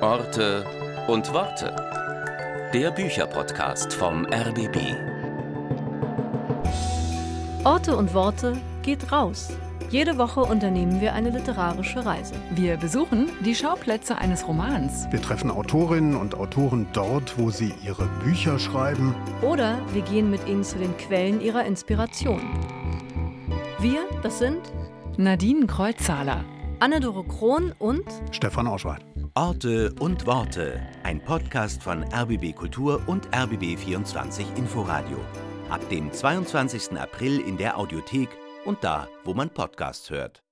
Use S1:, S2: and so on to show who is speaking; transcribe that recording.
S1: Orte und Worte. Der Bücherpodcast vom RBB.
S2: Orte und Worte geht raus. Jede Woche unternehmen wir eine literarische Reise.
S3: Wir besuchen die Schauplätze eines Romans.
S4: Wir treffen Autorinnen und Autoren dort, wo sie ihre Bücher schreiben.
S2: Oder wir gehen mit ihnen zu den Quellen ihrer Inspiration. Wir, das sind
S3: Nadine Kreuzzahler.
S2: Anne-Dore Krohn und
S4: Stefan Auschwald.
S5: Orte und Worte. Ein Podcast von RBB Kultur und RBB24 Inforadio. Ab dem 22. April in der Audiothek und da, wo man Podcasts hört.